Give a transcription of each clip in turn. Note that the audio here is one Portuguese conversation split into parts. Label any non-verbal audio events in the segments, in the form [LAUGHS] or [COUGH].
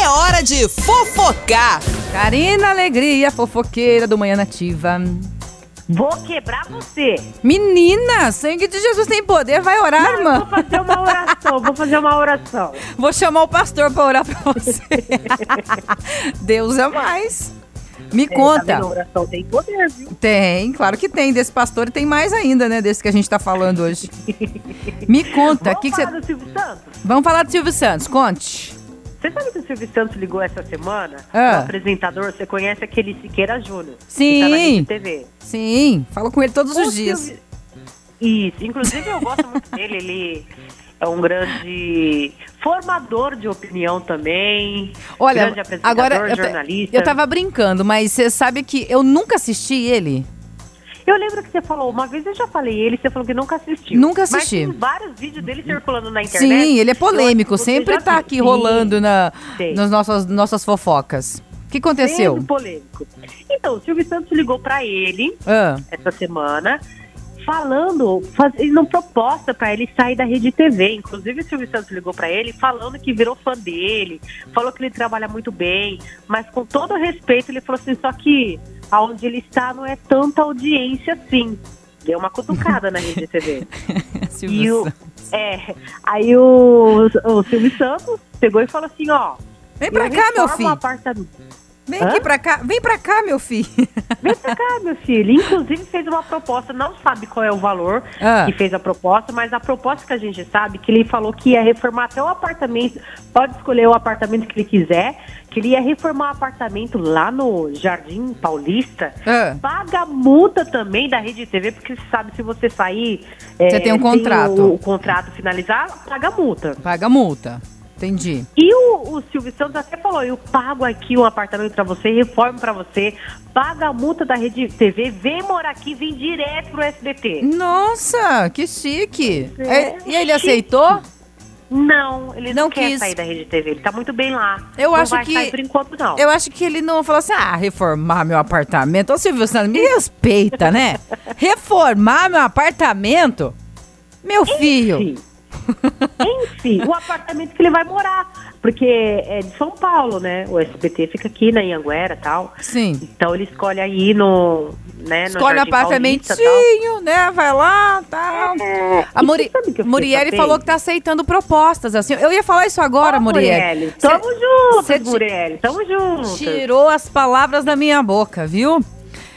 é hora de fofocar. Karina Alegria, fofoqueira do Manhã Nativa. Vou quebrar você. Menina, sangue de Jesus tem poder, vai orar, Não, eu irmã. Vou fazer uma oração, vou fazer uma oração. Vou chamar o pastor pra orar pra você. [LAUGHS] Deus é mais. Me É, tá conta. vendo? oração tem poder, viu? Tem, claro que tem. Desse pastor e tem mais ainda, né? Desse que a gente tá falando hoje. Me conta, o Tá, Vamos que, que falar você. do Silvio Santos? Vamos falar do Silvio Santos, conte. Você sabe que o Silvio Santos ligou essa semana? Ah. O apresentador, você conhece aquele Siqueira Júnior. Que tá na Sim. Rede TV. Sim, falo com ele todos O os dias. Silvio- Isso. Inclusive, eu gosto muito dele. Ele é um grande formador de opinião também. Olha, grande apresentador, agora eu, te- jornalista. eu tava brincando, mas você sabe que eu nunca assisti ele. Eu lembro que você falou uma vez, eu já falei ele, você falou que nunca assistiu. Nunca Mas assisti. tem vários vídeos dele circulando na internet. Sim, ele é né? Eu polêmico, acho que você sempre já tá viu. aqui Sim, rolando na, Sei. nas nossas, nossas fofocas. O que aconteceu? Sempre polêmico. Então, o Silvio Santos ligou pra ele [LAUGHS] Ah, essa semana, falando, fazendo uma proposta pra ele sair da rede TV. Inclusive, o Silvio Santos ligou pra ele falando que virou fã dele, falou que ele trabalha muito bem, mas com todo respeito, ele falou assim: só que aonde ele está não é tanta audiência assim. Deu uma cutucada na rede TV. [LAUGHS] E Silvio o, Santos. é, aí o, o Silvio Santos pegou e falou assim, ó. Vem pra eu cá, meu reformo o filho. apartamento. Vem Hã? aqui pra cá. Vem pra cá, meu filho. [LAUGHS] Vem pra cá, meu filho. Inclusive fez uma proposta, não sabe qual é o valor Ah. que fez a proposta, mas a proposta que a gente sabe que ele falou que ia reformar até o apartamento, pode escolher o apartamento que ele quiser, que ele ia reformar o apartamento lá no Jardim Paulista. Ah, Paga a multa também da Rede TV, porque você sabe se você sair. é, Você tem um sem contrato. O, o contrato finalizar, paga a multa. paga multa. Entendi. E o, o Silvio Santos até falou: eu pago aqui um apartamento pra você, reformo pra você, paga a multa da Rede TV, vem morar aqui, vem direto pro SBT. Nossa, que chique. É. E- e ele aceitou? Não, ele não, Não quer quis. sair da Rede TV, ele tá muito bem lá. Eu não acho vai que- sair por enquanto, não. Eu acho que ele não falou assim, ah, reformar meu apartamento. Ô, Silvio Santos, me respeita, [LAUGHS] né? Reformar meu apartamento? Meu filho. [LAUGHS] Enfim. Enfim, o apartamento que ele vai morar. Porque é de São Paulo, né? O SBT fica aqui na Anhanguera e tal. Sim. Então ele escolhe aí no. Né, no Escolhe um Jardim Paulista, tal. apartamentinho, né? Vai lá, tal. A E Muri... você sabe que eu fiquei Muriel sabendo? falou que tá aceitando propostas, assim. Eu ia falar isso agora, Ô, Muriel. Cê Tamo juntos, cê ti- Muriel. Tamo juntos. Tirou as palavras da minha boca, viu?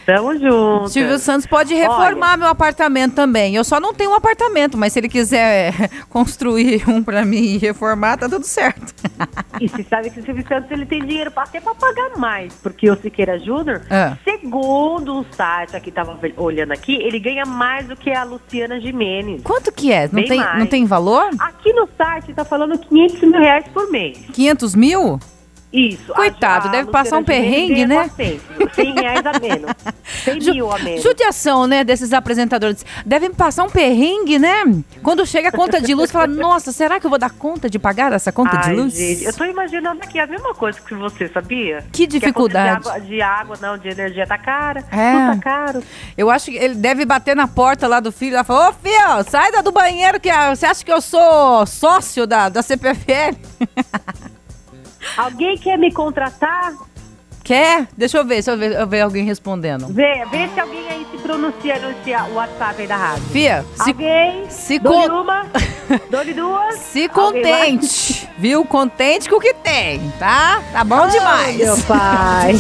Tamo juntos. Silvio Santos pode reformar meu apartamento também. Eu só não tenho um apartamento, mas se ele quiser [LAUGHS] é, construir um pra mim e reformar, tá tudo certo. E você sabe que o Silvio Santos ele tem dinheiro pra- até pra pagar mais. Porque o Siqueira Júnior, É. segundo o site aqui, tava ve- olhando aqui, ele ganha mais do que a Luciana Gimenez. Quanto que é? Não, Bem tem, mais. não tem valor? Aqui no site tá falando 500 mil reais por mês. 500 mil? Isso. Coitado, deve passar um Gimenez perrengue, ganha né? 400, 100 reais a menos. [LAUGHS] 100 Ju- mil a menos. Judiação, né, desses apresentadores. Devem passar um perrengue, né? Quando chega a conta de luz, fala, nossa, será que eu vou dar conta de pagar essa conta Ai, de luz? gente, eu tô imaginando aqui a mesma coisa que você, sabia? Que a conta dificuldade. de, água, de água, não, de energia tá cara. É. Tudo tá caro. Eu acho que ele deve bater na porta lá do filho e falar, ô filho, sai da do banheiro que ah, você acha que eu sou sócio da, da CPFL? Alguém quer me contratar? Quer? Deixa eu ver, se eu ver, eu ver alguém respondendo. Vê, vê se alguém aí se pronuncia no cia- WhatsApp aí da rádio. Fia, se, alguém? se dole con- [LAUGHS] uma, dole duas. se Ah, Alguém vai? contente, viu? Contente com o que tem, tá? Tá bom demais. Meu pai.